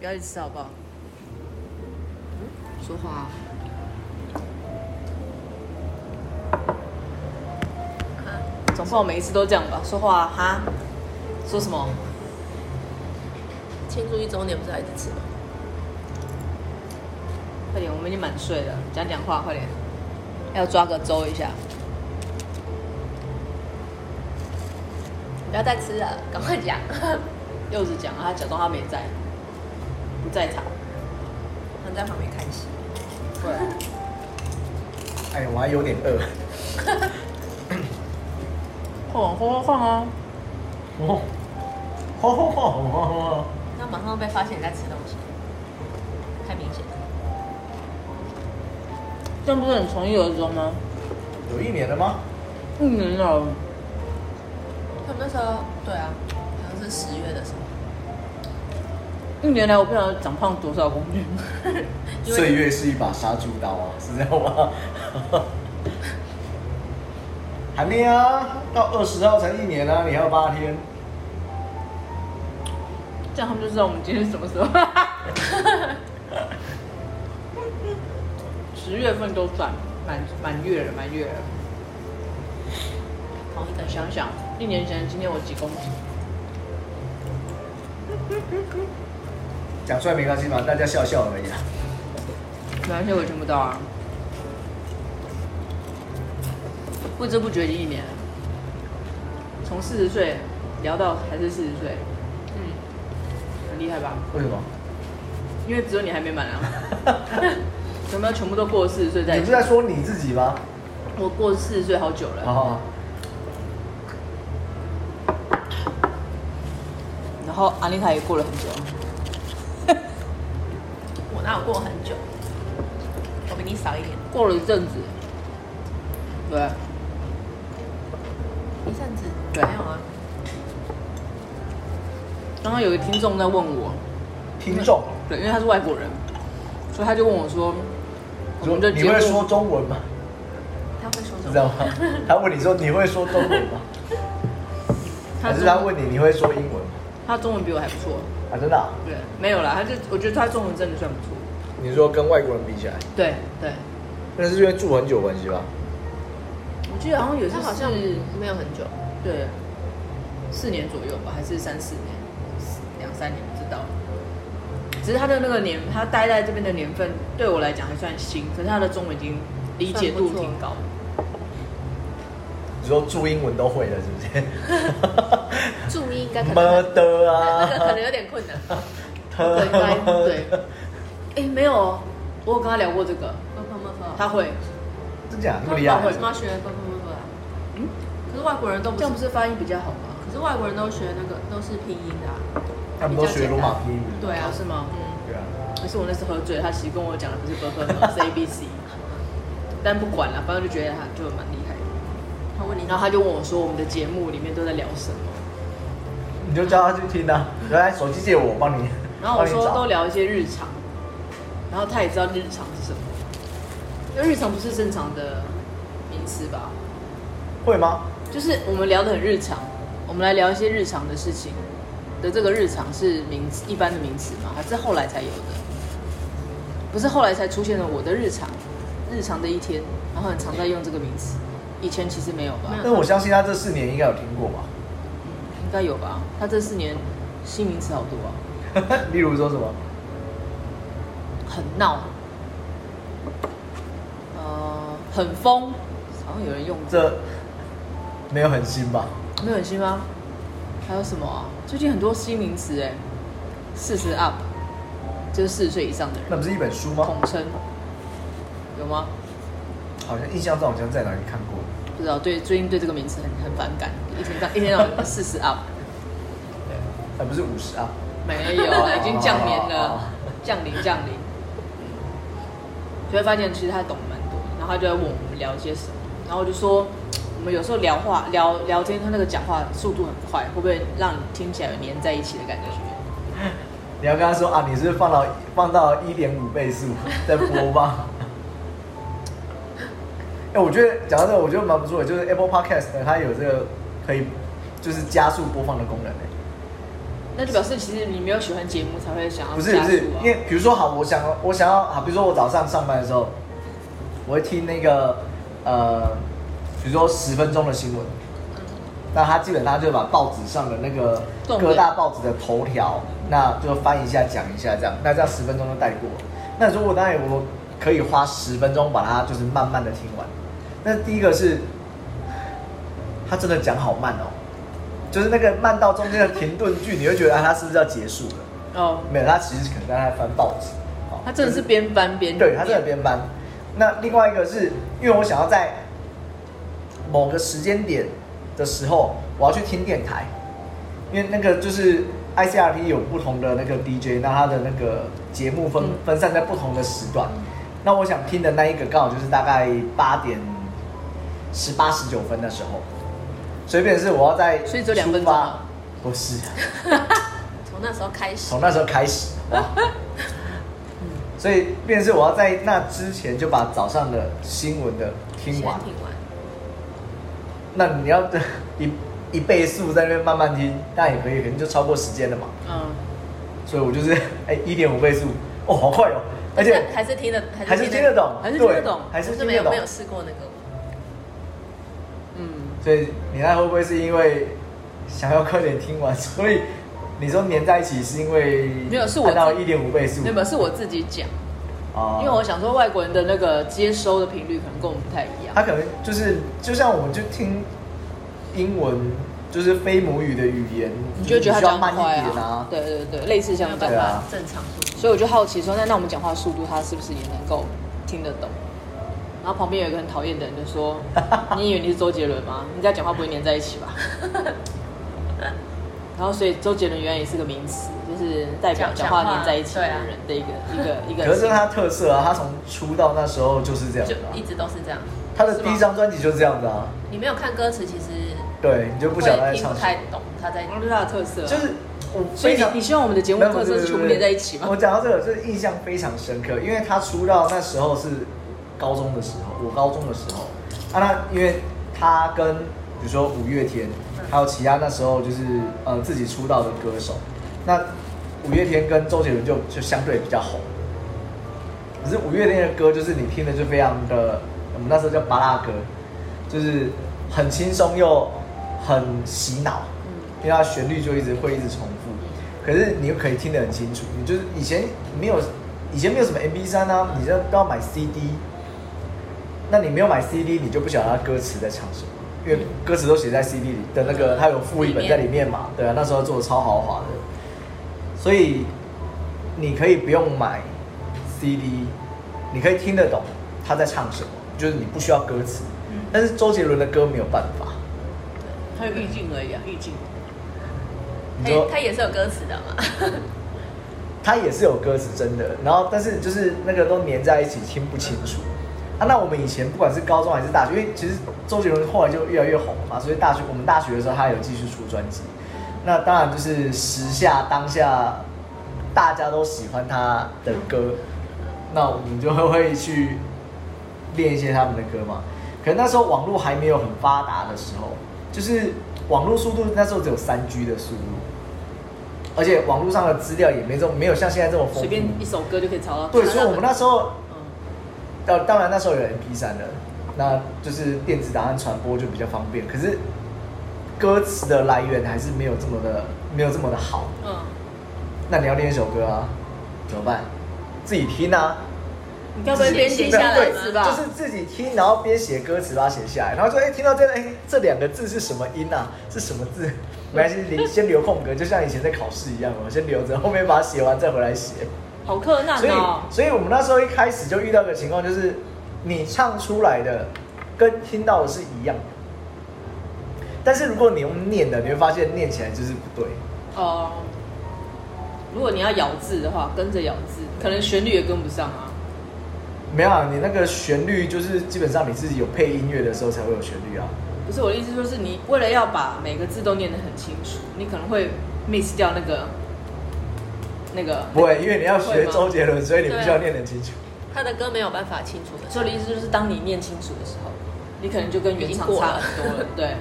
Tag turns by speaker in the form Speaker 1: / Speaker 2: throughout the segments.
Speaker 1: 要一起吃好不好？
Speaker 2: 说话啊。
Speaker 1: 总不好每一次都这样吧？说话啊哈，说什么？
Speaker 2: 庆祝一周年不是还一直吃吗？
Speaker 1: 快点，我们已经满睡了，讲讲话，快点，要抓个周一下。
Speaker 2: 不要再吃了，赶快 讲。
Speaker 1: 柚子讲，他假装他没在，不在场。
Speaker 2: 他在旁边看戏。
Speaker 1: 对啊，
Speaker 3: 哎，我还有点饿。
Speaker 1: 晃晃晃晃啊！
Speaker 3: 哦，吼吼吼吼吼！
Speaker 2: 那马上被发现你在吃东西，太明显了。
Speaker 1: 这样不是很从一而终吗？
Speaker 3: 有一年了吗？
Speaker 1: 一年了，
Speaker 2: 他们那时候，对啊，好像是十月的时候，
Speaker 1: 一年来我不晓得长胖多少公斤。
Speaker 2: 因为
Speaker 3: 岁月是一把杀猪刀啊，是这样吗？ 还没啊，到二十号才一年啊，你还有八天。
Speaker 1: 这样他们就知道我们今天是什么时候。十月份都算满满月了，满月了。
Speaker 2: 同一个
Speaker 1: 想想，一年前今天我几公斤？
Speaker 3: 讲出来没关系嘛，大家笑笑而已啊。
Speaker 1: 没关系，我听不到啊。不知不觉已经一年了，从四十岁聊到还是四十岁，
Speaker 2: 嗯，
Speaker 1: 很厉害吧？
Speaker 3: 为什么？
Speaker 1: 因为只有你还没满啊。 有没有全部都过四十岁再一
Speaker 3: 你不
Speaker 1: 起
Speaker 3: 是？在说你自己吗？
Speaker 1: 我过四十岁好久了。
Speaker 3: 啊，
Speaker 1: 然后安妮塔也过了很久。
Speaker 2: 我那有过很久，我比你少一点，
Speaker 1: 过了一阵子，对，
Speaker 2: 一阵子
Speaker 1: 对
Speaker 2: 没有啊，
Speaker 1: 刚刚有一个听众在问我，
Speaker 3: 听众，
Speaker 1: 对，因为他是外国人，所以他就问我说，我
Speaker 3: 说
Speaker 1: 们的
Speaker 3: 你
Speaker 1: 节目
Speaker 3: 会说中文吗？
Speaker 2: 他会说
Speaker 3: 是
Speaker 2: 什
Speaker 3: 这样
Speaker 2: 么？
Speaker 3: 吗？他问你说你会说中文吗？
Speaker 1: 他
Speaker 3: 还是
Speaker 1: 中
Speaker 3: 他问你你会说英文吗？
Speaker 1: 他中文比我还不错，
Speaker 3: 啊，真的啊、
Speaker 1: 对，没有啦，他就我觉得他中文真的算不错，
Speaker 3: 你说跟外国人比起来，
Speaker 1: 对对，
Speaker 3: 那是因为住很久关系吧？
Speaker 1: 我记得好像有一次
Speaker 2: 他好像
Speaker 1: 是
Speaker 2: 没有很久，
Speaker 1: 对四年左右吧，还是三四年，四两三年不知道，只是他的那个年，他待在这边的年份对我来讲还算新，可是他的中文已经理解度
Speaker 2: 算不错
Speaker 1: 挺高的。
Speaker 3: 你说注英文都会了，是不是？
Speaker 2: 注意应该可
Speaker 3: 么
Speaker 2: 能，
Speaker 3: 的
Speaker 2: 那
Speaker 3: 啊，
Speaker 2: 个可能有点困 难。
Speaker 3: 特
Speaker 1: 对该对哎、没有哦，我有跟他聊过这个，
Speaker 2: 不不不不，
Speaker 1: 他会，
Speaker 3: 真假啊
Speaker 2: 他
Speaker 3: 那么
Speaker 2: 们
Speaker 3: 厉
Speaker 2: 外国
Speaker 3: 害
Speaker 2: 人？嘛学不不不不啊，
Speaker 1: 嗯，
Speaker 2: 可是外国人都不
Speaker 1: 这
Speaker 2: 是
Speaker 1: 样不是发音比较好吗？
Speaker 2: 可是外国人都学那个都是拼音的、啊，
Speaker 3: 他们都学罗马拼音。
Speaker 2: 对啊
Speaker 1: 哦，是吗？
Speaker 2: 嗯，
Speaker 3: 对啊，
Speaker 1: 可是我那次喝醉，他其实跟我讲的不是 b b b，是 a b c，但不管了，反正就觉得他就蛮厉害的。
Speaker 2: 他问你，
Speaker 1: 然后他就问我说，我们的节目里面都在聊什么？
Speaker 3: 你就叫他去听啊。来，手机借我，我帮你。
Speaker 1: 然后我说都
Speaker 3: 帮你
Speaker 1: 聊一些日常，然后他也知道日常是什么，因为日常不是正常的名词吧？
Speaker 3: 找会吗？
Speaker 1: 就是我们聊得很日常，我们来聊一些日常的事情的这个日常是名词一般的名词吗？还是后来才有的？不是后来才出现了我的日常，日常的一天，然后很常在用这个名词，以前其实没有吧？
Speaker 2: 没有
Speaker 3: 但我相信他这四年应该有听过吧？
Speaker 1: 应该有吧？他这四年新名词好多啊，
Speaker 3: 例如说什么？
Speaker 1: 很闹，呃，很疯，好像有人用过，
Speaker 3: 这没有很新吧？
Speaker 1: 没有很新吗？还有什么啊？最近很多新名词哎、四十 up 就是四十岁以上的人。
Speaker 3: 那不是一本书吗
Speaker 1: 统？称，有吗？
Speaker 3: 好像印象中好像在哪里看过。
Speaker 1: 不知道，对，最近对这个名词很很反感，一天到一天到晚 四十 up，
Speaker 3: 还不是五十啊？
Speaker 1: 没有，已经降年 了，降临降临，就会发现其实他懂蛮多，然后他就会问我们聊些什么，然后我就说，我们有时候聊话聊聊天，他那个讲话速度很快，会不会让你听起来有粘在一起的感觉？
Speaker 3: 你要跟他说啊，你是不是放到放到一点五倍速在播放。哎、我觉得讲到这个，我觉得蛮不错的，就是 Apple Podcast 呢，它有这个可以就是加速播放的功能、欸、
Speaker 1: 那就表示其实你没有喜欢节目才会想要
Speaker 3: 不是
Speaker 1: 加
Speaker 3: 不
Speaker 1: 入
Speaker 3: 是，
Speaker 1: 啊
Speaker 3: 因。为比如说好，我想我想要好，比如说我早上上班的时候，我会听那个呃，比如说十分钟的新闻，
Speaker 1: 嗯
Speaker 3: 那他基本上就把报纸上的那个
Speaker 1: 重点
Speaker 3: 各大报纸的头条，那就翻一下讲一下这样，那这样十分钟就带过。那如果当然我可以花十分钟把它就是慢慢的听完，那第一个是，他真的讲好慢哦，就是那个慢到中间的停顿句，你会觉得啊，他是不是要结束了？
Speaker 1: 哦，
Speaker 3: 没有，他其实可能在翻报纸。哦
Speaker 1: 他真的是边翻边
Speaker 3: 对，他真的边翻。那另外一个是因为我想要在某个时间点的时候，我要去听电台，因为那个就是 ICRT 有不同的那个 DJ，那他的那个节目分
Speaker 1: 嗯
Speaker 3: 分散在不同的时段。那我想听的那一个刚好就是大概八点十八十九分的时候，随便是我要在
Speaker 1: 所以只有两分钟
Speaker 3: 出发
Speaker 1: 啊
Speaker 3: 不是。
Speaker 2: 从那时候开始
Speaker 3: 从，那时候开始，哇所以便是我要在那之前就把早上的新闻的听完
Speaker 2: 先。听完，
Speaker 3: 那你要一一倍速在那边慢慢听，那也可以，可能就超过时间了嘛。
Speaker 1: 嗯，
Speaker 3: 所以我就是 哎一点五倍速，哦，好快哦，而且
Speaker 2: 还是听得，
Speaker 3: 还是听得懂，
Speaker 1: 还是听得
Speaker 3: 对
Speaker 1: 懂
Speaker 3: 还是
Speaker 2: 我是
Speaker 3: 听
Speaker 2: 没
Speaker 3: 得
Speaker 2: 有
Speaker 3: 懂
Speaker 2: 没。有试过那个，
Speaker 1: 嗯，
Speaker 3: 所以你那会不会是因为想要快点听完，所以你说粘在一起是因为
Speaker 1: 没有是我
Speaker 3: 按到
Speaker 1: 自
Speaker 3: 一点五倍速，
Speaker 1: 那本是我自己讲，
Speaker 3: 哦
Speaker 1: 因为我想说外国人的那个接收的频率可能跟我们不太一样。
Speaker 3: 他可能就是就像我们就听英文，就是非母语的语言，
Speaker 1: 你就会觉得他
Speaker 3: 需要
Speaker 1: 讲
Speaker 3: 慢
Speaker 1: 很
Speaker 3: 一
Speaker 1: 快
Speaker 3: 点啊。
Speaker 1: 对对对，类似像
Speaker 2: 没有
Speaker 1: 这
Speaker 2: 办
Speaker 1: 样。
Speaker 3: 啊
Speaker 2: 法正常速度。
Speaker 1: 所以我就好奇说，那那我们讲话速度，他是不是也能够听得懂？然后旁边有一个很讨厌的人就 说：“你以为你是周杰伦吗？你这样讲话不会粘在一起吧？” 然后，所以周杰伦原来也是个名词，就是代表
Speaker 2: 讲
Speaker 1: 讲话
Speaker 2: 讲话
Speaker 1: 粘在一起的
Speaker 2: 对啊
Speaker 1: 人的一个、一个一
Speaker 3: 可
Speaker 1: 个
Speaker 3: 是这是他特色啊，他从出道那时候就是这样子、
Speaker 2: 就
Speaker 3: 啊
Speaker 2: 一。直都是这样。
Speaker 3: 他的第一张专辑就是这样子啊，
Speaker 2: 你没有看歌词，其实
Speaker 3: 对，你就不
Speaker 2: 会
Speaker 3: 想再
Speaker 2: 听
Speaker 3: 唱
Speaker 2: 不
Speaker 3: 什
Speaker 2: 太
Speaker 3: 么，
Speaker 2: 懂他在
Speaker 1: 然后就是他的特色啊、
Speaker 3: 就是我
Speaker 1: 所以
Speaker 3: 非
Speaker 1: 你
Speaker 3: 常
Speaker 1: 你希望我们的节目
Speaker 3: 没有
Speaker 1: 特色是全部连在一起吗
Speaker 3: 我？讲到这个，就是印象非常深刻，因为他出道那时候是高中的时候，我高中的时候，啊，那因为他跟比如说五月天，还有其他那时候就是呃自己出道的歌手，那五月天跟周杰伦就就相对比较红，可是五月天的歌就是你听的就非常的，我们那时候叫巴拉歌，就是很轻松又很洗脑，因为它旋律就一直会一直重复，可是你又可以听得很清楚。你就是以前没有，以前没有什么 MP 三啊，你这都要买 CD，那你没有买 CD，你就不晓得它歌词在唱什么，因为歌词都写在 CD 里的那个，它有附一本在里面嘛，对啊，那时候做的超豪华的，所以你可以不用买 CD，你可以听得懂他在唱什么，就是你不需要歌词。但是周杰伦的歌没有办法，
Speaker 1: 他有意境而已啊，意境。
Speaker 3: 你
Speaker 2: 他
Speaker 3: 说
Speaker 2: 也他也是有歌词的嘛，
Speaker 3: 他也是有歌词真的，然后但是就是那个都粘在一起，听不清楚。啊，那我们以前不管是高中还是大学，因为其实周杰伦后来就越来越红了嘛，所以大学我们大学的时候他有继续出专辑。那当然就是时下当下大家都喜欢他的歌，那我们就会会去练一些他们的歌嘛。可能那时候网络还没有很发达的时候，就是网络速度那时候只有三 G 的速度，而且网络上的资料也没这么没有像现在这么丰富。
Speaker 1: 随便一首歌就可以查到。
Speaker 3: 对，所以我们那时候
Speaker 1: 嗯
Speaker 3: 当当然那时候有 MP 三的，那就是电子档案传播就比较方便。可是歌词的来源还是没有这么的没有这么的好。
Speaker 1: 嗯，
Speaker 3: 那你要练一首歌啊，怎么办？自己听啊，
Speaker 1: 你该不会边
Speaker 2: 写
Speaker 1: 听
Speaker 2: 下
Speaker 1: 下来
Speaker 2: 来
Speaker 1: 是
Speaker 2: 吗
Speaker 1: 吧？
Speaker 3: 就是自己听，然后边写歌词把它写下来，然后说，哎、听到这个，哎、这两个字是什么音啊？是什么字？没关系，你先留空格，就像以前在考试一样，我先留着，后面把它写完再回 来写。
Speaker 1: 好克难
Speaker 3: 所以
Speaker 1: 哦，。
Speaker 3: 所以我们那时候一开始就遇到一个情况，就是你唱出来的跟听到的是一样的，但是如果你用念的，你会发现念起来就是不对。
Speaker 1: 哦、如果你要咬字的话，跟着咬字，可能旋律也跟不上啊。
Speaker 3: 没有、啊，你那个旋律就是基本上你自己有配音乐的时候才会有旋律啊。
Speaker 1: 不是我的意思，就是你为了要把每个字都念得很清楚，你可能会 miss 掉那个那个。
Speaker 3: 不会，因为你要
Speaker 1: 会
Speaker 3: 学
Speaker 1: 吗
Speaker 3: 周杰伦，所以你必须要
Speaker 2: 对啊
Speaker 3: 念得清楚。
Speaker 2: 他的歌没有办法清楚的。
Speaker 1: 所以我的意思就是，当你念清楚的时候，你可能就跟原
Speaker 2: 已经
Speaker 1: 唱
Speaker 2: 过
Speaker 1: 差
Speaker 2: 了
Speaker 1: 很多了，对。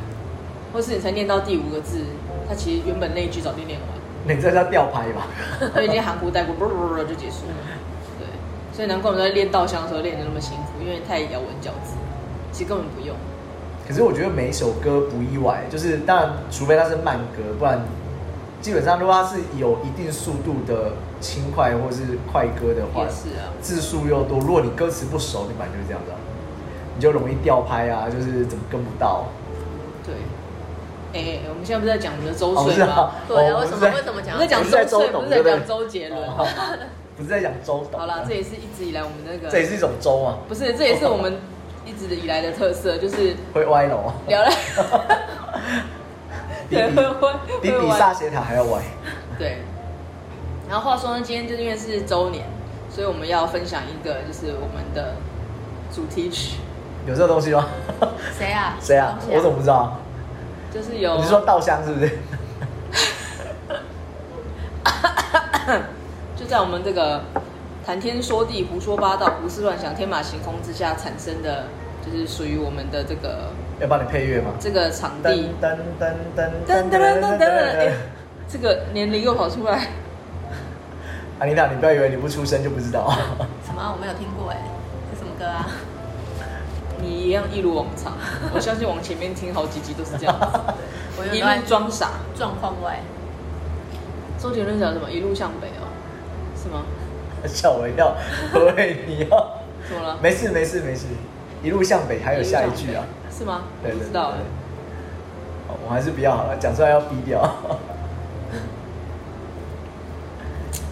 Speaker 1: 或是你才念到第五个字，它其实原本那一句早就念完。
Speaker 3: 你这叫吊拍吧？
Speaker 1: 他已经含糊带过，啵啵啵就结束了。
Speaker 2: 嗯
Speaker 1: 对，所以难怪我们在练稻香的时候练得那么辛苦，因为太咬文嚼字，其实根本不用。
Speaker 3: 可是我觉得每一首歌不意外，就是当然，除非它是慢歌，不然基本上如果它是有一定速度的轻快或是快歌的话，
Speaker 1: 也是啊
Speaker 3: 字数又多，如果你歌词不熟，你本来就是这样的啊，你就容易掉拍啊，就是怎么跟不到。
Speaker 1: 对，哎、我们现在不是在讲我们的周
Speaker 3: 哦不是
Speaker 1: 岁吗
Speaker 3: 啊？
Speaker 2: 对啊，
Speaker 3: 哦
Speaker 2: 为
Speaker 3: 不
Speaker 2: 什
Speaker 3: 是
Speaker 2: 么
Speaker 3: 在
Speaker 2: 为什么
Speaker 1: 我
Speaker 2: 讲
Speaker 1: 们
Speaker 2: 到
Speaker 1: 在
Speaker 2: 这
Speaker 1: 讲
Speaker 3: 我
Speaker 2: 个？
Speaker 1: 周岁，不是
Speaker 3: 们在周董
Speaker 1: 在
Speaker 3: 对不
Speaker 1: 讲
Speaker 3: 对
Speaker 1: 周杰伦。
Speaker 3: 哦不是在讲周董。啊
Speaker 1: 好啦，这也是一直以来我们那个，
Speaker 3: 这也是一种周啊，
Speaker 1: 不是，这也是我们一直以来的特色， 就是
Speaker 3: 会歪楼啊，
Speaker 1: 聊了，
Speaker 3: 比
Speaker 1: 对，会会
Speaker 3: 比 比
Speaker 1: 会
Speaker 3: 比
Speaker 1: 玩
Speaker 3: 萨斜塔还要歪。
Speaker 1: 对。然后话说呢，今天就是因为是周年，所以我们要分享一个就是我们的主题曲，
Speaker 3: 有这东西吗？
Speaker 2: 谁啊？
Speaker 3: 谁啊？我怎么不知道？
Speaker 1: 哦就是有啊
Speaker 3: 你是说稻香是不是？
Speaker 1: 就在我们这个谈天说地、胡说八道、胡思乱想、天马行空之下产生的，就是属于我们的这个
Speaker 3: 要帮你配乐吗？
Speaker 1: 这个场
Speaker 3: 噔
Speaker 1: 地。
Speaker 3: 噔噔噔
Speaker 1: 噔
Speaker 3: 噔
Speaker 1: 噔
Speaker 3: 噔
Speaker 1: 噔
Speaker 3: 噔
Speaker 1: 噔
Speaker 3: 噔
Speaker 1: 噔，哎
Speaker 3: 噔。
Speaker 1: 这个年龄又跑出来，
Speaker 3: 安妮塔，你不要以为你不出声就不知道。啊
Speaker 2: 什么？我没有听过哎，是什么歌啊？
Speaker 1: 你一样一如往常。我相信往前面听好几集都是这样子，
Speaker 2: 我
Speaker 1: 一
Speaker 2: 有
Speaker 1: 路
Speaker 2: 在
Speaker 1: 装傻。
Speaker 2: 状况外，
Speaker 1: 周杰伦讲什么？一路向北哦，是吗？
Speaker 3: 吓我一跳，何谓你要？
Speaker 1: 怎么了？
Speaker 3: 没事没事没事，一路向北还有下一
Speaker 1: 一路
Speaker 3: 句啊。
Speaker 1: 向北？是吗？我
Speaker 3: 对
Speaker 1: 不
Speaker 3: 对
Speaker 1: 知
Speaker 3: 对
Speaker 1: 道啊
Speaker 3: 对。好我还是比较好了，讲出来要逼掉。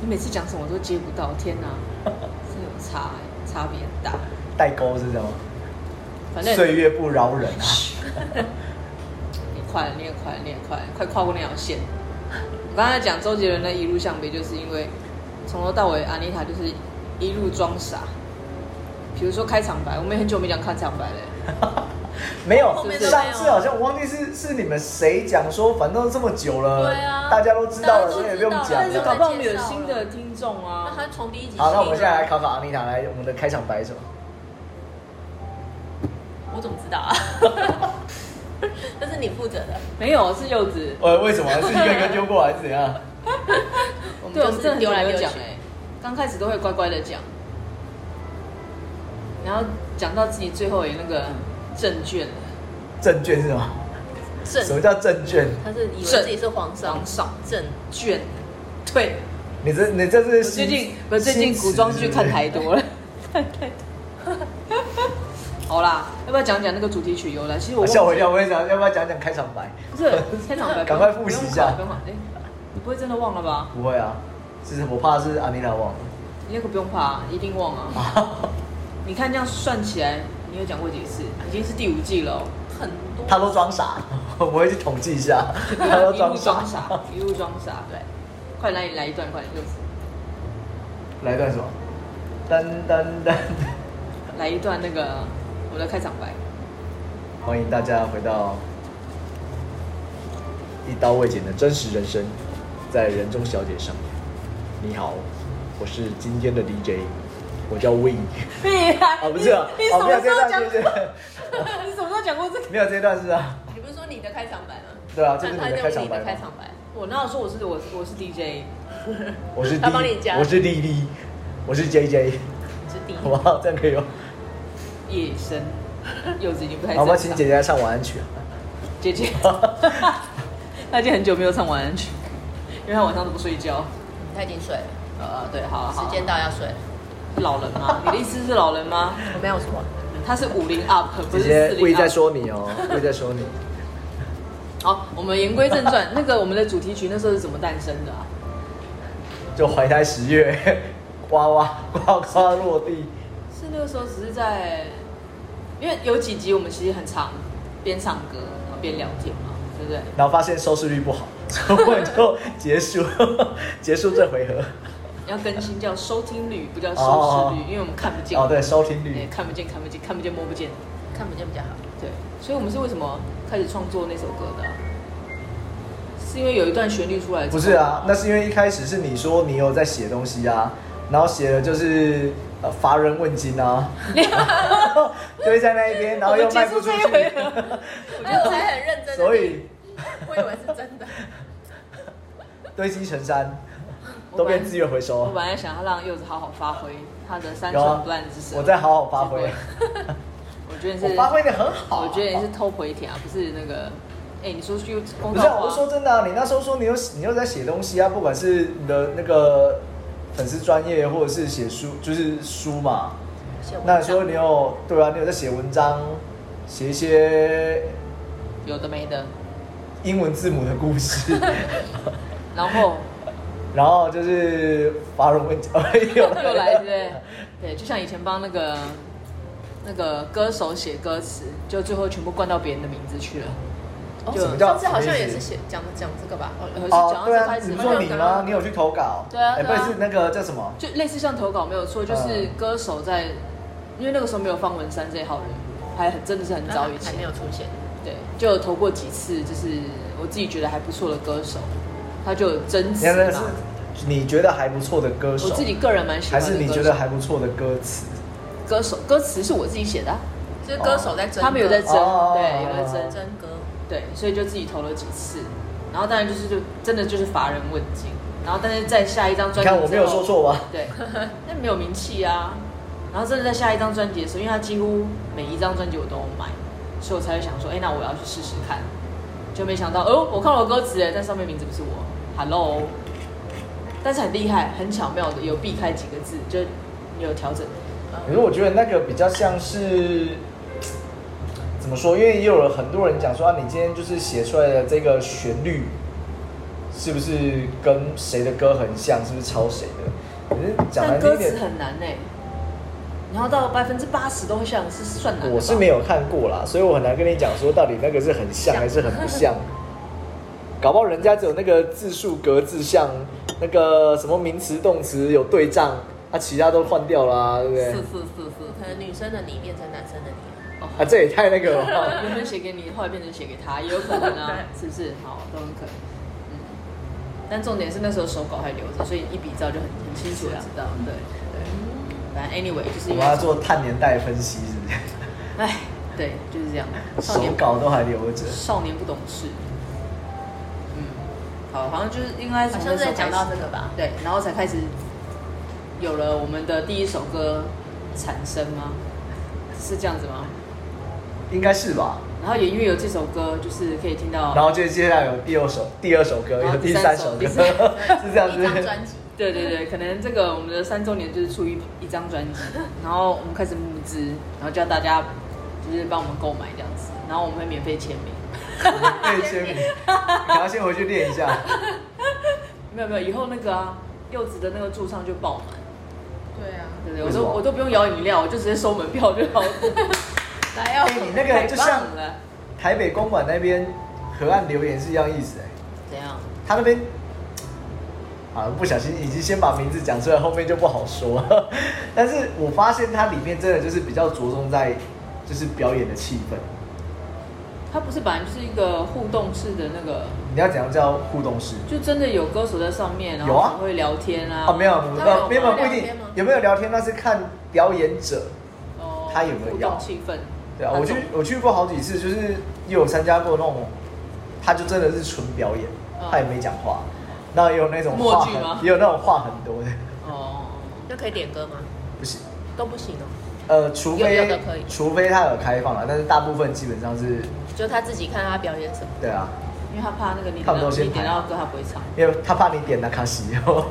Speaker 1: 你每次讲什么我都接不到，天哪，真的有差欸差别很大。
Speaker 3: 代沟是这样吗？
Speaker 1: 反正
Speaker 3: 岁月不饶人啊。
Speaker 1: 你快了，你也快了，你也快了，快跨过那条线。我刚才讲周杰伦那一路向北，就是因为从头到尾，安妮塔就是一路装傻。比如说开场白，我们也很久没讲开场白了。
Speaker 3: 没有
Speaker 2: 后
Speaker 1: 面，都没有
Speaker 3: 上次好像我忘记是是你们谁讲说，反正都这么久了，
Speaker 2: 对啊
Speaker 3: 大家都知道
Speaker 2: 大家
Speaker 3: 了，
Speaker 2: 都
Speaker 3: 所以也不用
Speaker 2: 知道了
Speaker 3: 讲
Speaker 1: 但是
Speaker 2: 就
Speaker 1: 搞
Speaker 3: 了。
Speaker 1: 不好我们有新的听众啊
Speaker 2: 那。他从第一集。
Speaker 3: 好，那我们现在来。考考阿妮塔，来我们的开场白是什么？
Speaker 2: 我怎么知道啊？ 那是你负责的，
Speaker 1: 没有，是柚子。
Speaker 3: 呃，为什么是一个一个丢过来是怎样？
Speaker 2: 我们
Speaker 1: 对，我
Speaker 2: 就
Speaker 1: 们
Speaker 2: 是
Speaker 1: 真的
Speaker 2: 丢
Speaker 1: 很
Speaker 2: 来
Speaker 1: 久没
Speaker 2: 丢
Speaker 1: 有
Speaker 2: 去
Speaker 1: 讲。哎，刚开始都会乖乖的讲，然后讲到自己最后有那个证券了，
Speaker 3: 证券是什么？
Speaker 2: 正
Speaker 3: 什么叫证券？
Speaker 2: 他是以为自己是皇上
Speaker 1: 皇，上
Speaker 2: 正
Speaker 1: 券，对。
Speaker 3: 你这你这是
Speaker 1: 我最
Speaker 3: 新
Speaker 1: 近我最近古装剧看太。多了， 看太多。好啦，要不要讲讲那个主题曲由来？其实我
Speaker 3: 新词是不
Speaker 1: 忘记
Speaker 3: 是吓我一跳！我跟你讲，要不要讲讲开场白？
Speaker 1: 不是开场白，
Speaker 3: 赶快复习一下
Speaker 1: 不用管不用管哎，你不会真的忘了吧？
Speaker 3: 不会啊，是我怕是阿妮塔忘了。
Speaker 1: 你那个不用怕、一定忘啊。你看这样算起来，你有讲过几次？已经是第五季了、哦，
Speaker 2: 很多。
Speaker 3: 他都装傻， 我会去统计一下。 他都
Speaker 1: 一
Speaker 3: 装
Speaker 1: 路
Speaker 3: 傻
Speaker 1: 装。傻，一路装傻，对。快来，你来一段，快点，就是
Speaker 3: 来一段什么？噔噔噔！
Speaker 1: 来一段那个我的开场白。
Speaker 3: 欢迎大家回到一刀未剪的真实人生，在人中小姐上。你好，我是今天的 DJ，我叫 Win。
Speaker 1: 屁啊！
Speaker 3: 啊，不是啊，
Speaker 1: 你你什
Speaker 3: 哦，没有
Speaker 1: 么时
Speaker 3: 这
Speaker 1: 候
Speaker 3: 段
Speaker 1: 讲？
Speaker 3: 是不是？
Speaker 1: 你什么时候讲过这个？
Speaker 3: 没有这段是啊，
Speaker 2: 你不是说你的开场白吗？
Speaker 3: 对啊，这是你
Speaker 2: 他
Speaker 3: 的
Speaker 2: 就
Speaker 3: 开
Speaker 2: 是
Speaker 3: 场
Speaker 2: 你的
Speaker 3: 白
Speaker 2: 开
Speaker 3: 吗
Speaker 2: 场？白。
Speaker 1: 我哪有说我是我是我是 DJ？
Speaker 3: 我是 D，
Speaker 2: 他帮你加
Speaker 3: 我是丽丽，我是 JJ，
Speaker 2: 是第一
Speaker 3: 好不好？这样可以哦吗？
Speaker 1: 夜深，柚子已经不太
Speaker 3: 好
Speaker 1: 正
Speaker 3: 吧，
Speaker 1: 常。
Speaker 3: 请姐姐来唱晚安曲啊。
Speaker 1: 姐 姐，她已经很久没有唱晚安曲，因为她晚上都不睡觉。
Speaker 2: 他已经睡了，
Speaker 1: 呃，对，好好好。
Speaker 2: 时间到要睡了。
Speaker 1: 老人吗？你的意思是老人吗？
Speaker 2: 我没有什么。
Speaker 1: 他是五零 up，不是
Speaker 3: 姐
Speaker 1: 四
Speaker 3: 姐
Speaker 1: 零
Speaker 3: 故意
Speaker 1: up。
Speaker 3: 在说你哦，故意在说你。
Speaker 1: 好，我们言归正传，那个我们的主题曲那时候是怎么诞生的啊？
Speaker 3: 就怀胎十月， 呱呱呱呱落地。
Speaker 1: 是那个时候只是在，因为有几集我们其实很常边唱歌然后边聊天嘛，对不对？
Speaker 3: 然后发现收视率不好，所以我们就结束 结束这回合。
Speaker 1: 要更新叫收听率，不叫收
Speaker 3: 哦
Speaker 1: 视率，因为我们看不见。
Speaker 3: 哦，对，收听
Speaker 1: 哎
Speaker 3: 率。
Speaker 1: 看不见，看不见，看不见，摸不见。
Speaker 2: 看不见比较好。
Speaker 1: 对，所以我们是为什么开始创作那首歌的啊、是因为有一段旋律出来之后
Speaker 3: 不是啊，那是因为一开始是你说你有在写东西啊，然后写的就是呃乏人问津 啊，然后堆在那一边，然后又卖不出
Speaker 1: 我们结束这一回哎
Speaker 3: 去，
Speaker 1: 合
Speaker 2: 哎我觉得我还很认真地听，
Speaker 3: 所以
Speaker 2: 我以为是真的。
Speaker 3: 堆积成山，
Speaker 1: 我
Speaker 3: 都
Speaker 1: 本来
Speaker 3: 变资源回收
Speaker 1: 我。本来想要让柚子好好发挥他的三
Speaker 3: 有
Speaker 1: 寸
Speaker 3: 啊
Speaker 1: 不烂之，舌，
Speaker 3: 我再好好发挥
Speaker 1: 结， 我觉得你
Speaker 3: 我
Speaker 1: 是
Speaker 3: 发挥的很好。啊
Speaker 1: 我觉得你是偷回帖啊，不是那个。哎、你说句公
Speaker 3: 不是、
Speaker 1: 道
Speaker 3: 啊，
Speaker 1: 话，
Speaker 3: 我是说真的、啊，你那时候说你有你有在写东西啊，不管是你的那个粉丝专业，或者是写书，就是书嘛。
Speaker 2: 写文章
Speaker 3: 那你说你有对啊，你有在写文章，写一些
Speaker 1: 有的没的，
Speaker 3: 英文字母的故 事，
Speaker 1: 然后
Speaker 3: 然后就是法文文，哎呦，
Speaker 1: 又来，对不对？对，就像以前帮那个那个歌手写歌词，就最后全部灌到别人的名字去了。
Speaker 2: 哦
Speaker 1: 就
Speaker 2: 什么
Speaker 3: 叫
Speaker 2: 上次好像也是写讲讲这个吧？哦
Speaker 1: 呃，
Speaker 3: 哦，对啊，
Speaker 1: 开始
Speaker 3: 你
Speaker 1: 嘛
Speaker 3: 不说你吗？你有去投稿？
Speaker 1: 对啊
Speaker 3: 哎，
Speaker 1: 对啊
Speaker 3: 不是那个叫什么？
Speaker 1: 就类似像投稿没有错，就是
Speaker 3: 嗯
Speaker 1: 歌手在，因为那个时候没有方文山这一号人物，还很真的是很早以
Speaker 2: 还
Speaker 1: 前
Speaker 2: 没，有出现。
Speaker 1: 对，就有投过几次，就是我自己觉得还不错的歌手，他就有真
Speaker 3: 你
Speaker 1: 词
Speaker 3: 看那是
Speaker 1: 嘛，
Speaker 3: 你觉得还不错的歌手，
Speaker 1: 我自己个人蛮喜
Speaker 3: 还
Speaker 1: 欢的歌
Speaker 3: 是
Speaker 1: 手。
Speaker 3: 你觉得还不错的歌词？
Speaker 1: 歌手歌词是我自己写的啊、
Speaker 2: 就是歌手在争歌，
Speaker 1: 他们有在争，
Speaker 3: 哦
Speaker 1: 对，有在争，
Speaker 3: 哦
Speaker 2: 争歌，
Speaker 1: 对，所以就自己投了几次，然后当然就是就真的就是乏人问津，然后但是在下一张
Speaker 3: 你
Speaker 1: 专辑，
Speaker 3: 看我没有说，错吧？
Speaker 1: 对，但没有名气啊。然后真的在下一张专辑的时候，因为他几乎每一张专辑我都有买，所以我才会想说，哎，那我要去试试看。就没想到，哦，我看我的歌词，哎，但上面名字不是我，Hello。但是很厉害，很巧妙的有避开几个字，就你有调整。
Speaker 3: 可是我觉得那个比较像是怎么说？因为也有很多人讲说啊，你今天就是写出来的这个旋律，是不是跟谁的歌很像？是不是抄谁的？可是讲
Speaker 1: 但
Speaker 3: 难
Speaker 1: 歌
Speaker 3: 听一点
Speaker 1: 词，很难呢、你要到百分之八十都会像是算难的吧。
Speaker 3: 我是没有看过啦，所以我很难跟你讲说到底那个是很像还是很不像。搞不好人家只有那个字数格字像，那个什么名词动词有对仗，啊，其他都换掉啦、对不对？
Speaker 1: 是是是，
Speaker 2: 可能女生的你变成男生的你，
Speaker 1: 哦
Speaker 3: 啊，这也太那个了吧。
Speaker 1: 原本写给你，后来变成写给他，也有可能 啊，
Speaker 2: 对
Speaker 1: 是不是？好，都很可能。嗯，但重点是那时候手稿还留着，所以一比照就很很清楚地知道。对对，反正 anyway 就是
Speaker 3: 我
Speaker 1: 因
Speaker 3: 们要
Speaker 1: 为，
Speaker 3: 做碳年代分析，是不是？
Speaker 1: 哎，对，就是这样。 少
Speaker 3: 手
Speaker 1: 年
Speaker 3: 稿都还留着。
Speaker 1: 少年不懂事。嗯，好，好像就是应该
Speaker 2: 好
Speaker 1: 从
Speaker 2: 像
Speaker 1: 那
Speaker 2: 是
Speaker 1: 时候
Speaker 2: 在讲
Speaker 1: 开始
Speaker 2: 到这个吧？
Speaker 1: 对，然后才开始有了我们的第一首歌产生吗？是这样子吗？
Speaker 3: 应该是吧。
Speaker 1: 然后也因为有这首歌，就是可以听到，
Speaker 3: 然后就接下来有第二首、第二首歌，
Speaker 1: 然后
Speaker 3: 有
Speaker 1: 第
Speaker 3: 第
Speaker 1: 三
Speaker 3: 三
Speaker 1: 首
Speaker 3: 首歌，
Speaker 1: 第 三首
Speaker 3: 是这样
Speaker 2: 一张
Speaker 3: 子。
Speaker 2: 专辑，
Speaker 1: 对对对，可能这个我们的三周年就是出一一张专 辑，然后我们开始募资，然后叫大家就是帮我们购买这样子，然后我们会免费签名。
Speaker 3: 可以签名，你要先回去练一下。
Speaker 1: 没有没有，以后那个啊，柚子的那个驻唱就爆满，
Speaker 2: 对啊，
Speaker 1: 对不对？
Speaker 3: 为
Speaker 1: 我
Speaker 3: 什
Speaker 1: 都
Speaker 3: 么
Speaker 1: 我都不用摇饮料，我就直接收门票就好了。
Speaker 2: 来要
Speaker 3: 哎 你那个就像
Speaker 1: 太棒了
Speaker 3: 台北公馆那边河岸留言是一样意思哎、
Speaker 1: 怎样？
Speaker 3: 他那边。啊，不小心已经先把名字讲出来，后面就不好说。 但是我发现它里面真的就是比较着重在，就是表演的气氛。
Speaker 1: 它不是本来就是一个互动式的那个，
Speaker 3: 你要怎样叫互动式？
Speaker 1: 就真的有歌手在上面，然
Speaker 3: 有啊
Speaker 1: 后会聊天啊。
Speaker 3: 啊，没有，
Speaker 2: 那
Speaker 3: 呃，
Speaker 2: 有
Speaker 3: 没有
Speaker 2: 吗
Speaker 3: 不一
Speaker 2: 聊
Speaker 3: 定
Speaker 2: 天吗，
Speaker 3: 有没有聊天那是看表演者。
Speaker 1: 哦
Speaker 3: 他有没有
Speaker 1: 互
Speaker 3: 要
Speaker 1: 动气氛？
Speaker 3: 对啊，
Speaker 1: 那
Speaker 3: 我去
Speaker 1: 种
Speaker 3: 我去过好几次，就是也有参加过那种，他就真的是纯表演
Speaker 1: 嗯，
Speaker 3: 他也没讲
Speaker 2: 哦
Speaker 3: 话，那也有那种
Speaker 1: 默
Speaker 3: 话
Speaker 1: 剧吗
Speaker 3: 很，也有那种话很多的，
Speaker 1: 哦，
Speaker 2: 那可以点歌吗？
Speaker 3: 不行。
Speaker 2: 都不行哦，
Speaker 3: 呃，除
Speaker 2: 有有
Speaker 3: 非
Speaker 2: 的可以
Speaker 3: 除非他有开放了，但是大部分基本上是，
Speaker 2: 就他自己看他表演什么。
Speaker 3: 对啊，
Speaker 1: 因为他怕那个你
Speaker 3: 他们都先
Speaker 1: 你点
Speaker 3: 排
Speaker 1: 到
Speaker 3: 啊
Speaker 1: 歌他不会唱。
Speaker 3: 因为他怕你点那卡西，哦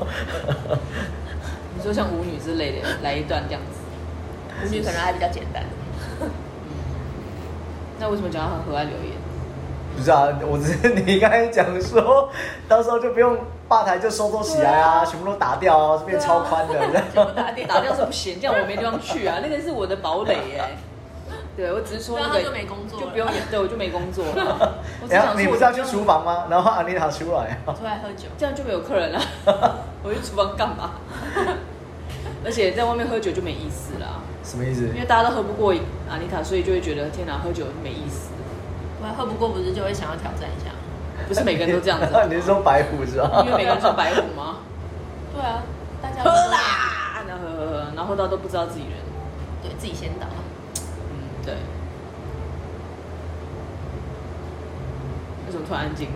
Speaker 1: 你说像舞女之类的，来一段这样子。
Speaker 2: 舞女 可能还比较简单，
Speaker 1: 那为什么讲到很和蔼留 言？
Speaker 3: 不是啊，我只是你刚才讲说，到时候就不用吧台就收收起来啊，全部都打掉啊，变超宽的，这样
Speaker 1: 打打掉是不行，这样我没地方去啊，那个是我的堡垒耶、对，我只是说那
Speaker 2: 对
Speaker 1: 个
Speaker 2: 啊他就没工作了
Speaker 1: 就不用演，对我就没工作了。 我只
Speaker 3: 然后
Speaker 1: 想
Speaker 3: 哎你
Speaker 1: 说，
Speaker 3: 不
Speaker 1: 我
Speaker 3: 是要
Speaker 1: 就
Speaker 3: 去
Speaker 1: 不用
Speaker 3: 厨房吗？然后阿妮塔出来啊，
Speaker 2: 出来喝酒。
Speaker 1: 这样就没有客人了、 我去厨房干嘛？ 而且在外面喝酒就没意思啦，
Speaker 3: 什么意思
Speaker 1: 因？为大家都喝不过阿妮塔，所以就会觉得天哪，喝酒没意思。
Speaker 2: 我喝不过不是就会想要挑战一下？
Speaker 1: 不是每个人都这样子
Speaker 3: 你是说白虎是吧？
Speaker 1: 因为每个人是白虎吗？
Speaker 2: 对啊，大家
Speaker 1: 喝啦，然后喝喝喝，然后喝到都不知道自己人。
Speaker 2: 对自己先倒。
Speaker 1: 嗯，对。为什么突然安静？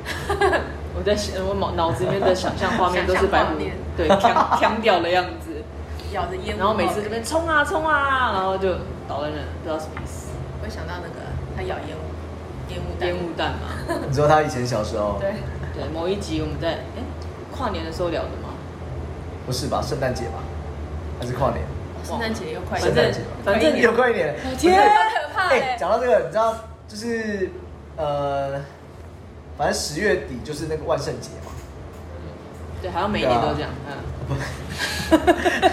Speaker 1: 我在想我脑脑子里面的想象画面都是白虎
Speaker 2: 想象画面
Speaker 1: 对腔腔掉的样子，
Speaker 2: 咬着烟雾，
Speaker 1: 然后每次这边冲啊冲啊，然后就倒在那，不知道什么意思，
Speaker 2: 会想到那个他咬烟雾，烟雾弹
Speaker 1: 烟雾弹嘛。
Speaker 3: 你知道他以前小时候，
Speaker 2: 对，
Speaker 1: 对，某一集我们在哎跨年的时候聊的嘛，
Speaker 3: 不是吧？圣诞节吧，还是跨年？
Speaker 2: 圣诞节又快
Speaker 1: 反
Speaker 3: 圣
Speaker 1: 正
Speaker 3: 诞节吧哎
Speaker 1: 反正
Speaker 3: 有快一点。
Speaker 1: 天啊
Speaker 3: 不是
Speaker 2: 好可怕
Speaker 3: 哎、
Speaker 2: 哎！
Speaker 3: 讲到这个，你知道就是呃，反正十月底就是那个万圣节嘛。
Speaker 1: 对，好像每一年都这样，嗯，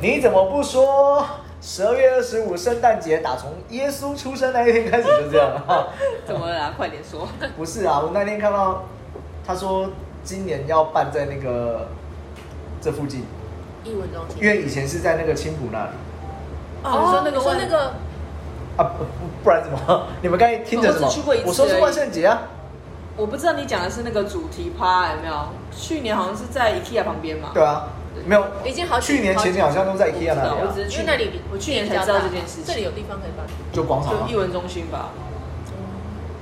Speaker 3: 你怎么不说十二月二十五圣诞节？打从耶稣出生那一天开始就这样了。哈
Speaker 1: 怎么了啦？快点说，
Speaker 3: 不是啊，我那天看到他说今年要办在那个这附近，
Speaker 2: 一文中
Speaker 3: 因为以前是在那个青浦那里
Speaker 1: 哦你说那个
Speaker 2: 说
Speaker 1: 万
Speaker 2: 那个
Speaker 3: 啊， 不不不然怎么？ 你们刚才听着什么？
Speaker 1: 我只去过一次
Speaker 3: 我说是万圣节啊。
Speaker 1: 我不知道你讲的是那个主题趴有没有？去年好像是在 IKEA 旁边嘛，
Speaker 3: 对啊，没有，
Speaker 2: 已经好几
Speaker 3: 去年前年好像都在
Speaker 1: 我不知
Speaker 3: IKEA
Speaker 1: 道
Speaker 3: 那里
Speaker 1: 我
Speaker 3: 啊
Speaker 1: 只，是去
Speaker 2: 因为那里比
Speaker 1: 我去年
Speaker 2: 比
Speaker 1: 才
Speaker 2: 较
Speaker 1: 知道
Speaker 2: 大
Speaker 1: 这件事情
Speaker 2: 这里有地方可以放，
Speaker 3: 就广场、啊
Speaker 1: 就艺，文中心吧，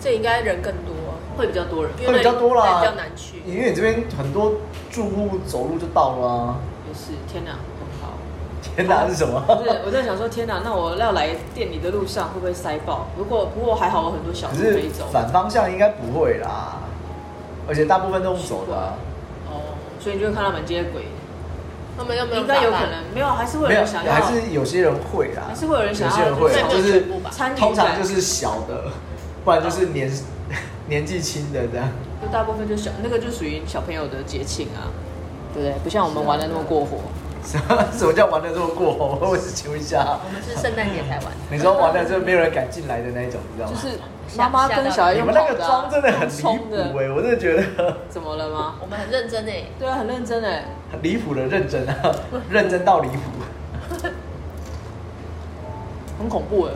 Speaker 2: 这应该人更多，
Speaker 1: 会比较多人，
Speaker 2: 因为
Speaker 3: 会哦比较多啦，
Speaker 2: 比较难去
Speaker 3: 因为你这边很多住户走路就到了啊。
Speaker 1: 也是天哪，很好。
Speaker 3: 天
Speaker 2: 哦
Speaker 3: 哪，是什么？
Speaker 1: 不是，我在想说，天哪，那我要来店里的路上会不会塞爆？如果不过还好，我很多小
Speaker 3: 可
Speaker 1: 路
Speaker 3: 是
Speaker 1: 可以走。
Speaker 3: 反方向应该不会啦，而且大部分都用走的啊、
Speaker 1: 哦，所以你就会看到满街的鬼，
Speaker 2: 他们又没有
Speaker 1: 应该有
Speaker 2: 打
Speaker 1: 可
Speaker 2: 扮
Speaker 1: 能没有，还是会有
Speaker 3: 没有，
Speaker 1: 人想要。
Speaker 3: 还是有些人会啦，
Speaker 1: 还是会有人想要
Speaker 3: 有些人会，啊
Speaker 2: 就
Speaker 3: 就是是
Speaker 1: 参与感
Speaker 3: 通常就是小的，不然就是 年年纪轻的这样。
Speaker 1: 就大部分就小，那个就属于小朋友的节庆啊，对不对？不像我们玩的那么过火。
Speaker 3: 什么什么叫玩的这么过火？我只请问一下，啊
Speaker 2: 我们是圣诞节才玩，
Speaker 3: 你说玩的就没有人敢进来的那一种，你知道
Speaker 1: 就
Speaker 3: 吗？
Speaker 1: 是妈妈跟小孩
Speaker 3: 你
Speaker 1: 用
Speaker 3: 们那
Speaker 1: 跑
Speaker 3: 个
Speaker 1: 的、
Speaker 3: 妆
Speaker 1: 啊，
Speaker 3: 真的很离
Speaker 1: 冲
Speaker 3: 谱
Speaker 1: 的，
Speaker 3: 哎，我真的觉得
Speaker 1: 欸怎么了
Speaker 3: 嗯
Speaker 1: 吗？
Speaker 2: 我们很认真欸诶，
Speaker 1: 对啊，很认真哎。
Speaker 3: 很离谱的认 真啊，认真到离谱。
Speaker 1: 很恐怖哎，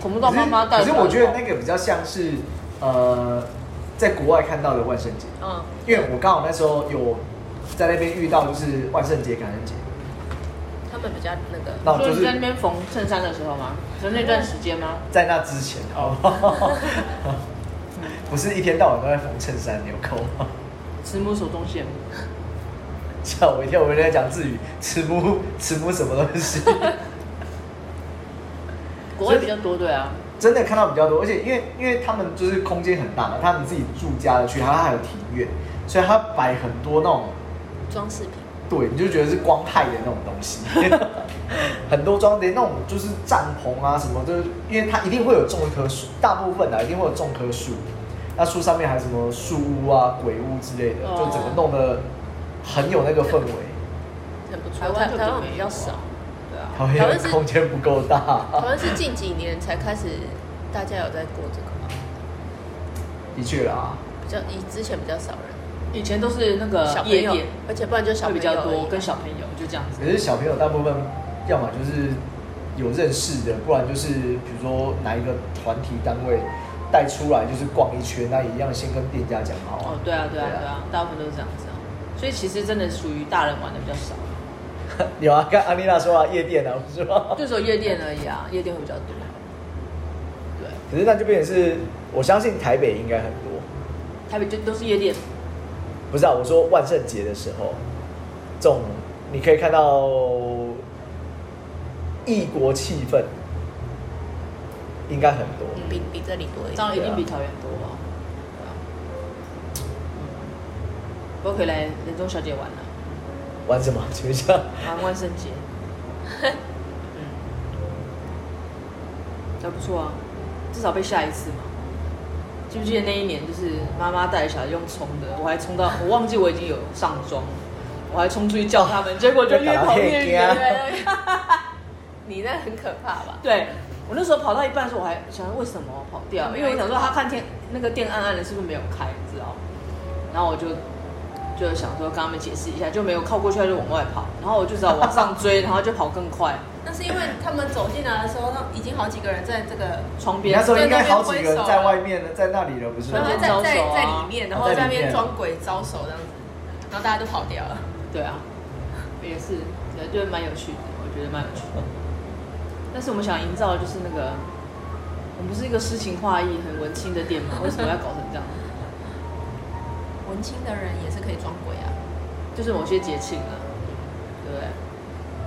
Speaker 1: 恐怖到妈妈带
Speaker 3: 可
Speaker 1: 着
Speaker 3: 是
Speaker 1: 跑。
Speaker 3: 我觉得那个比较像是呃，在国外看到的万圣节。
Speaker 2: 嗯，
Speaker 3: 因为我刚好那时候有在那边遇到，就是万圣节、感恩节，
Speaker 2: 他们比较那个，
Speaker 3: 那我就
Speaker 1: 就是在那
Speaker 3: 是
Speaker 1: 边缝衬衫的时候吗？就那段时间吗？
Speaker 3: 在那之前，好不好？ 不是一天到晚都在缝衬衫、纽扣吗，
Speaker 1: 慈母手中线，
Speaker 3: 吓我一跳！我以为在讲自语，慈母慈母什么东西？
Speaker 1: 国外比较多对啊，
Speaker 3: 真的看到比较多，而且因为因为他们就是空间很大嘛，他们自己住家的区，它还有庭院，所以它摆很多那种，
Speaker 2: 装饰品，
Speaker 3: 对，你就觉得是光害的那种东西， 很多装连那种就是帐篷啊什么，就是因为它一定会有种一棵树，大部分啊一定会有种棵树，那树上面还有什么树屋啊、鬼屋之类的，
Speaker 1: 哦
Speaker 3: 就整个弄得很有那个氛围。
Speaker 2: 很不错。
Speaker 1: 台湾就
Speaker 2: 台湾
Speaker 1: 没有啊
Speaker 2: 比较少，对啊，
Speaker 3: 台湾空间不够大，
Speaker 2: 台湾是近几年才开始大家有在过这个吧，
Speaker 3: 的确啦，
Speaker 2: 比较以之前比较少人，
Speaker 1: 以前都是那个
Speaker 2: 小朋
Speaker 1: 呃夜
Speaker 2: 友
Speaker 1: 店，
Speaker 2: 而且不然就小
Speaker 1: 会
Speaker 2: 朋
Speaker 1: 比
Speaker 2: 友
Speaker 1: 较
Speaker 2: 而
Speaker 1: 多，
Speaker 2: 已啊
Speaker 1: 跟小朋友就这样子。
Speaker 3: 可是小朋友大部分要么就是有认识的，不然就是比如说哪一个团体单位带出来就是逛一圈，那一样先跟店家讲好
Speaker 1: 哦
Speaker 3: 啊，。
Speaker 1: 对啊，对啊，对啊，大部分都是这样子啊。所以其实真的属于大人玩的比较少，
Speaker 3: 有啊，跟安妮娜说啊，夜店啊，不是吗？
Speaker 1: 就只有夜店而已啊，夜店会比较多。对，
Speaker 3: 可是那就变成是，我相信台北应该很多。
Speaker 1: 台北就都是夜店，
Speaker 3: 不是啊，我说万圣节的时候，这种你可以看到异国气氛，应该很多。
Speaker 2: 嗯比比这里多一
Speaker 1: 当
Speaker 2: 点。
Speaker 1: 然一定比桃园多啊。对啊，嗯，我可以来人中小姐玩啊了、
Speaker 3: 玩什么？请问 一下，
Speaker 1: 玩万圣节，嗯，还不错啊，至少被吓一次嘛。记不记得那一年，就是妈妈带着小孩用冲的，我还冲到我忘记我已经有上妆，我还冲出去叫他 们，结果就越跑越
Speaker 3: 被打
Speaker 1: 远
Speaker 3: 屁。
Speaker 2: 对，你那很可怕吧？
Speaker 1: 对我那时候跑到一半的时候，我还想为什么我跑掉，啊因为我想说他看天那个店暗暗的，是不是没有开，你知道？然后我就就想说跟他们解释一下，就没有靠过去，他就往外跑，然后我就只好往上 追，然后就跑更快，
Speaker 2: 那是因为他们走进来的时候，那已经好几个人在这个，
Speaker 1: 窗
Speaker 3: 你
Speaker 1: 边啊
Speaker 3: 那时候应该好几个人在外面呢，在那里了，不是
Speaker 2: 然
Speaker 3: 吗
Speaker 2: 后？在
Speaker 1: 招手啊
Speaker 2: 在在里面，然后
Speaker 3: 在
Speaker 2: 在
Speaker 3: 里面
Speaker 2: 那边装鬼招手这样子，然后大家就跑掉了。
Speaker 1: 对啊，也是，对，就是蛮有趣的，我觉得蛮有趣的。但是我们想营造的就是那个，我们不是一个诗情画意、很文青的店吗？为什么要搞成这样？
Speaker 2: 文青的人也是可以装鬼啊。
Speaker 1: 就是某些节庆啊，对不对？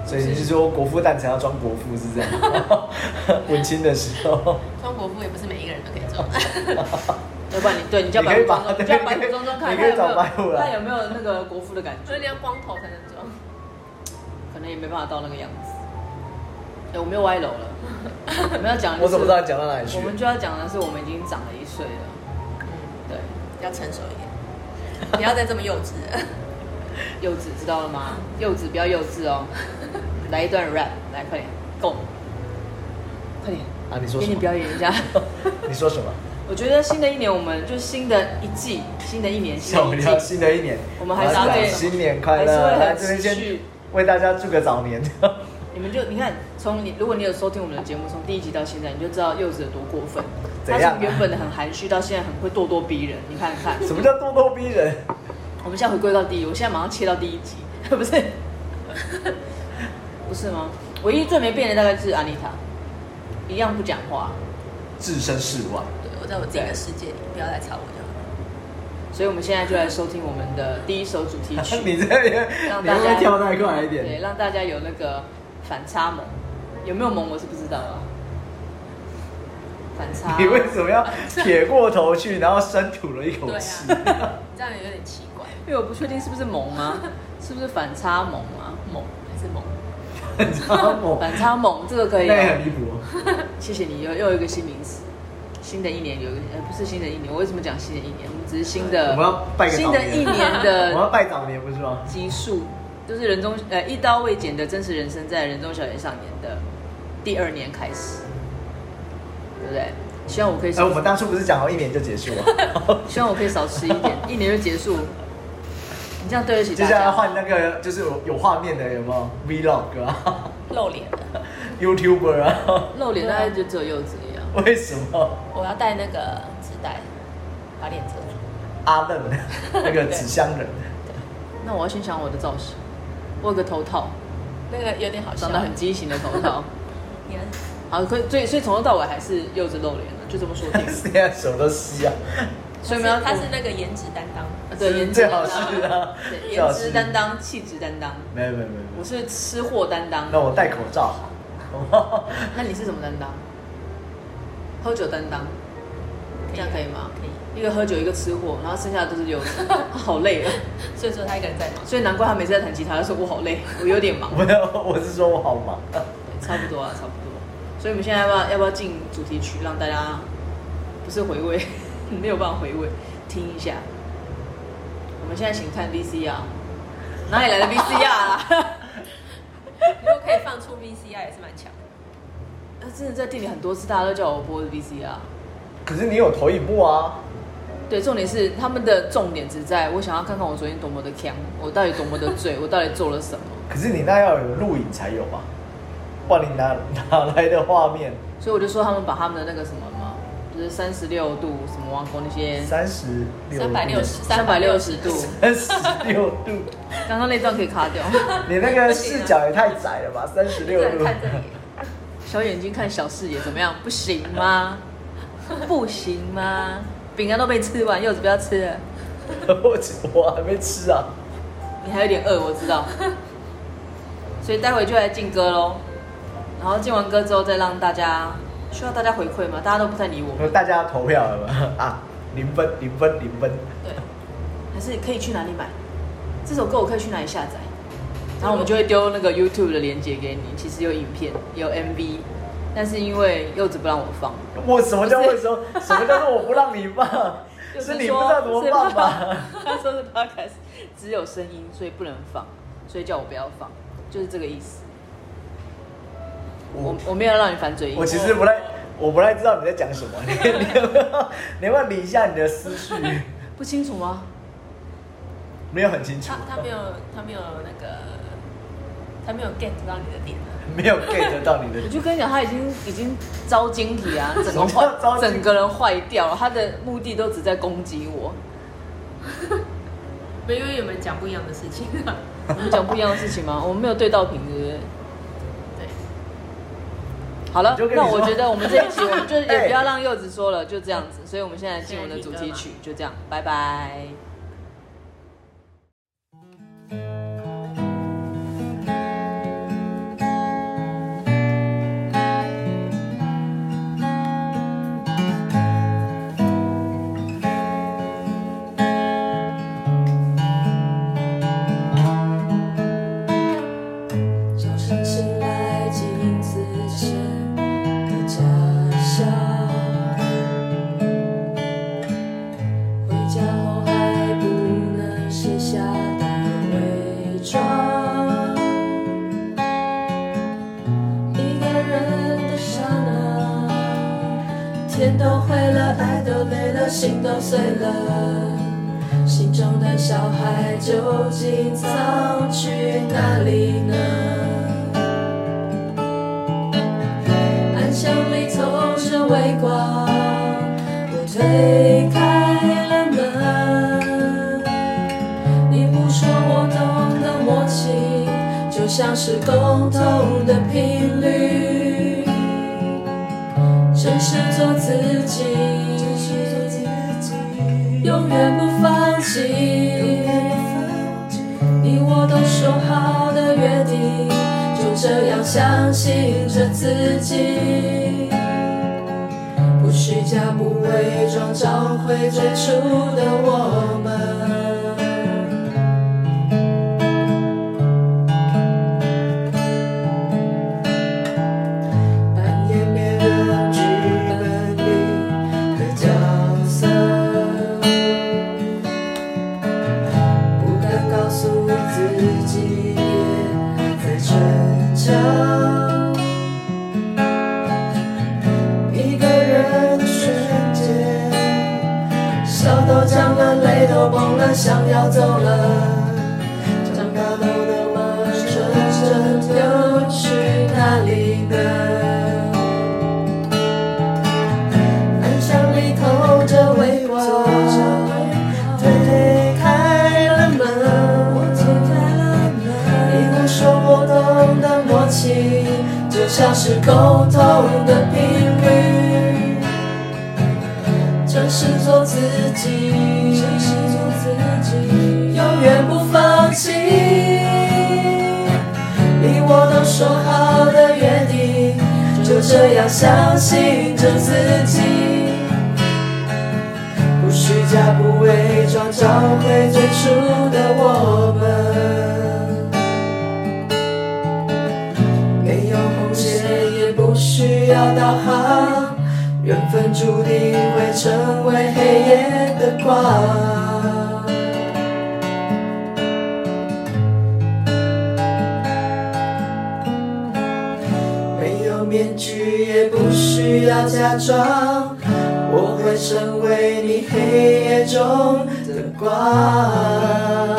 Speaker 3: 所以你是说国父诞辰要装国父是这样吗？ 文青的时候，
Speaker 2: 装国父也不是每一个人都可以 装。
Speaker 1: 要不然你对你叫
Speaker 3: 你
Speaker 1: 白
Speaker 3: 可
Speaker 1: 虎
Speaker 3: 以
Speaker 1: 装
Speaker 3: 把
Speaker 1: 装，你叫
Speaker 3: 对
Speaker 1: 白
Speaker 3: 你
Speaker 1: 虎
Speaker 3: 可以
Speaker 1: 装装看，
Speaker 3: 你可以
Speaker 1: 他有
Speaker 3: 找白
Speaker 1: 没
Speaker 3: 虎
Speaker 1: 有
Speaker 3: 来
Speaker 1: 他有没有那个国服的感
Speaker 2: 所以
Speaker 1: 觉？
Speaker 2: 你要光头才能装。
Speaker 1: 可能也没办法到那个样子。哎，我们又歪楼 了。我们要讲的就是，
Speaker 3: 我怎么知道你讲到哪里去
Speaker 1: 我？们就要讲的是，我们已经长了一岁了，
Speaker 2: 嗯，
Speaker 1: 对，
Speaker 2: 要成熟一点，不要再这么幼稚了。
Speaker 1: 柚子知道了吗？柚子不要幼稚 哦，来一段 rap，来快点，go，快点，
Speaker 3: 啊，你说
Speaker 1: 给
Speaker 3: 什
Speaker 1: 你
Speaker 3: 么？
Speaker 1: 表演一下。
Speaker 3: 你说什么？
Speaker 1: 我觉得新的一年，我们就新的一季，新的一 年，新
Speaker 3: 吓我
Speaker 1: 的
Speaker 3: 一
Speaker 1: 一
Speaker 3: 跳！
Speaker 1: 季，
Speaker 3: 新的一年，
Speaker 1: 我们还是
Speaker 3: 要
Speaker 1: 会
Speaker 3: 讲新年快乐！
Speaker 1: 还
Speaker 3: 来
Speaker 1: 是
Speaker 3: 这
Speaker 1: 会很
Speaker 3: 边
Speaker 1: 持
Speaker 3: 先
Speaker 1: 续。
Speaker 3: 为大家祝个早年。
Speaker 1: 你们就你看，从你如果你有收听我们的节目，从第一集到现在，你就知道柚子有多过分。
Speaker 3: 怎
Speaker 1: 他
Speaker 3: 样啊
Speaker 1: 从原本的很含蓄，到现在很会咄咄逼人。你看看，
Speaker 3: 什么叫咄咄逼人？
Speaker 1: 我们现在回归到第一，我现在马上切到第一集， 不是？不是吗？唯一最没变的大概是安妮塔，一样不讲话，
Speaker 3: 置身事外。
Speaker 2: 对，我在我自己的世界里，不要来吵我就好。
Speaker 1: 所以我们现在就来收听我们的第一首主题曲。
Speaker 3: 你这边，
Speaker 1: 让
Speaker 3: 你
Speaker 1: 大
Speaker 3: 会
Speaker 1: 家
Speaker 3: 不会跳太快一
Speaker 1: 对，
Speaker 3: 点？
Speaker 1: 让大家有那个反差萌，有没有萌我是不知道啊。反差，
Speaker 3: 你为什么要撇过头去，然后深吐了一口
Speaker 2: 对
Speaker 3: 气？
Speaker 2: 啊，这样有点奇怪，
Speaker 1: 因为我不确定是不是萌啊， 是不是反差萌啊？萌
Speaker 2: 还 是萌。
Speaker 3: 你知道吗？
Speaker 1: 反差萌这个可
Speaker 3: 哦那
Speaker 1: 以、
Speaker 3: 也
Speaker 1: 哦
Speaker 3: 很。离谱哦。
Speaker 1: 谢谢你又又有一个新名词。新的一年有一个呃不是新的一年，我为什么讲新的一年？我们只是新的，
Speaker 3: 哎我们要拜个早
Speaker 1: 新的
Speaker 3: 年
Speaker 1: 一年
Speaker 3: 我们要
Speaker 1: 的
Speaker 3: 拜早年不是吗？
Speaker 1: 集数，就是人中呃一刀未剪的真实人生在人中小学上演的第二年开始，对不对？希望我可以
Speaker 3: 哎，
Speaker 1: 少，
Speaker 3: 我们当初不是讲好一年就 结束吗？
Speaker 1: 希望我可以少吃一点，一年就结束。你这样对得起
Speaker 3: 接
Speaker 1: 大
Speaker 3: 下来
Speaker 1: 家。
Speaker 3: 换那个就是有有画面的有没有 Vlog 啊
Speaker 2: 露脸了，
Speaker 3: ，YouTuber 啊？
Speaker 1: 露脸大概就只有柚子一样。
Speaker 3: 为什么
Speaker 2: 我要戴那个纸袋，把脸遮住。
Speaker 3: 阿愣 那个纸箱人？
Speaker 1: 那我要先想我的造型，我有个头套，
Speaker 2: 那个有点好笑
Speaker 1: 长得，很畸形的头套。
Speaker 2: 你看
Speaker 1: 好，可以，所以所以从头到尾还是柚子露脸了，就这 么说定了。
Speaker 3: 现在什么都吸啊，
Speaker 1: 所以我们要
Speaker 2: 他是那个颜值担当，
Speaker 1: 啊对颜值
Speaker 3: 最
Speaker 1: 担
Speaker 3: 好
Speaker 1: 当，
Speaker 3: 是啊，
Speaker 1: 对
Speaker 3: 最好
Speaker 1: 颜
Speaker 3: 是
Speaker 1: 值担当、气质担当，
Speaker 3: 没有没有没有没
Speaker 1: 我
Speaker 3: 有，
Speaker 1: 是吃货担当。
Speaker 3: 那我戴口罩。
Speaker 1: 那你是什么担当？喝酒担当，这样可以吗？
Speaker 2: 可以。
Speaker 1: 一个喝酒，一个吃货，然后剩下的都是柚 子，好累啊！
Speaker 2: 所以说他一个人在忙，
Speaker 1: 所以难怪他每次在弹吉他，他说我好累，我有点忙。
Speaker 3: 没有，我是说我好忙。
Speaker 1: 对差不多啊，差不多。所以我们现在要不要要不要进主题曲，让大家不是回味， 没有办法回味，听一下。我们现在请看 VCR，哪里来的 VCR 啦？
Speaker 2: 如果可以放出 VCR 也是蛮强的。
Speaker 1: 那真的在店里很多次，大家都叫我播 VCR。
Speaker 3: 可是你有投影幕啊，
Speaker 1: 对，重点是他们的重点只在我想要看看我昨天多么的强，我到底多么的醉， 我到底做了什么。
Speaker 3: 可是你那要有录影才有吧？不然你哪哪来的画面？
Speaker 1: 所以我就说他们把他们的那个什么嘛，就是三十六度什么王宫那些
Speaker 3: 三十六
Speaker 2: 三百六十，
Speaker 1: 三百六十度，
Speaker 3: 三十六度，
Speaker 1: 刚刚那段可以卡掉。
Speaker 3: 你那个视角也太窄了吧？三十
Speaker 2: 一个
Speaker 3: 六
Speaker 2: 人
Speaker 3: 度，
Speaker 2: 看这里，
Speaker 1: 小眼睛看小视野怎么样？不行吗？ 不行吗？饼干都被吃完，柚子不要吃了。
Speaker 3: 我我还没吃啊。
Speaker 1: 你还有点饿，我知道。所以待会就来进歌喽，然后进完歌之后再让大家需要大家回馈吗？大家都不太理我，
Speaker 3: 大家投票了吧？啊，零分零分零分，
Speaker 2: 对，
Speaker 1: 还是可以去哪里买？这首歌我可以去哪里下载？然后我们就会丢那个 YouTube 的链接给你，其实有影片，有 MV，但是因为柚子不让我放，
Speaker 3: 我什么叫为什么？什么叫做我不让你放？ 是你不知道怎么放吧？
Speaker 1: 他说是 podcast 只有声音，所以不能放，所以叫我不要放，就是这个意思。我
Speaker 3: 我
Speaker 1: 我没有让你反嘴音，
Speaker 3: 我其实不太，我不太知道你在讲什么。 你你要不要你要不要理一下你的思绪？
Speaker 1: 不清楚吗？
Speaker 3: 没有很清楚
Speaker 2: 他，他没有他没有那个他没有 get 到你的点啊。
Speaker 3: 没有 get 到你的
Speaker 1: 我。就跟你讲，他已经已经招晶体啊，整个
Speaker 3: 什么叫
Speaker 1: 坏，
Speaker 3: 招晶体
Speaker 1: 整个人坏掉了，他的目的都只在攻击我。
Speaker 2: 没有，因为你们讲不一样的事情啊。
Speaker 1: 我们讲不一样的事情吗？我们没有对到屏，对不对？
Speaker 2: 对，
Speaker 1: 好了
Speaker 3: 你就，跟你
Speaker 1: 那
Speaker 3: 说
Speaker 1: 我觉得我们这一集我们就也
Speaker 3: 哎
Speaker 1: 不要让柚子说了，就这样子。所以我们现在进我们的主题曲，就这样，拜拜。
Speaker 4: 心都碎了，心中的小孩究竟藏去哪里呢？暗巷里总是微光，我推开了门。你不说我懂的默契，就像是共同的频率。真实做自己，永远不放弃。你我都说好的约定，就这样相信着自己。不虚假，不伪装，找回最初的我们。扮演别人剧本里的角色，不敢告诉自己在逞强，一个人瞬间笑都僵了，泪都崩了，想要走了。长大后的我，纯真又去哪里呢？暗巷里透着微光，推开了门。你不说我懂的默契，就像是沟通的频率。真实做自己，真实做自己，永远不放弃。你我都说好的约定，就这样相信着自己，不虚假，不伪装，找回最初的我们。没有红线，也不需要导航，缘分注定会成为黑夜的光。没有面具，也不需要假装，我会成为你黑夜中的光。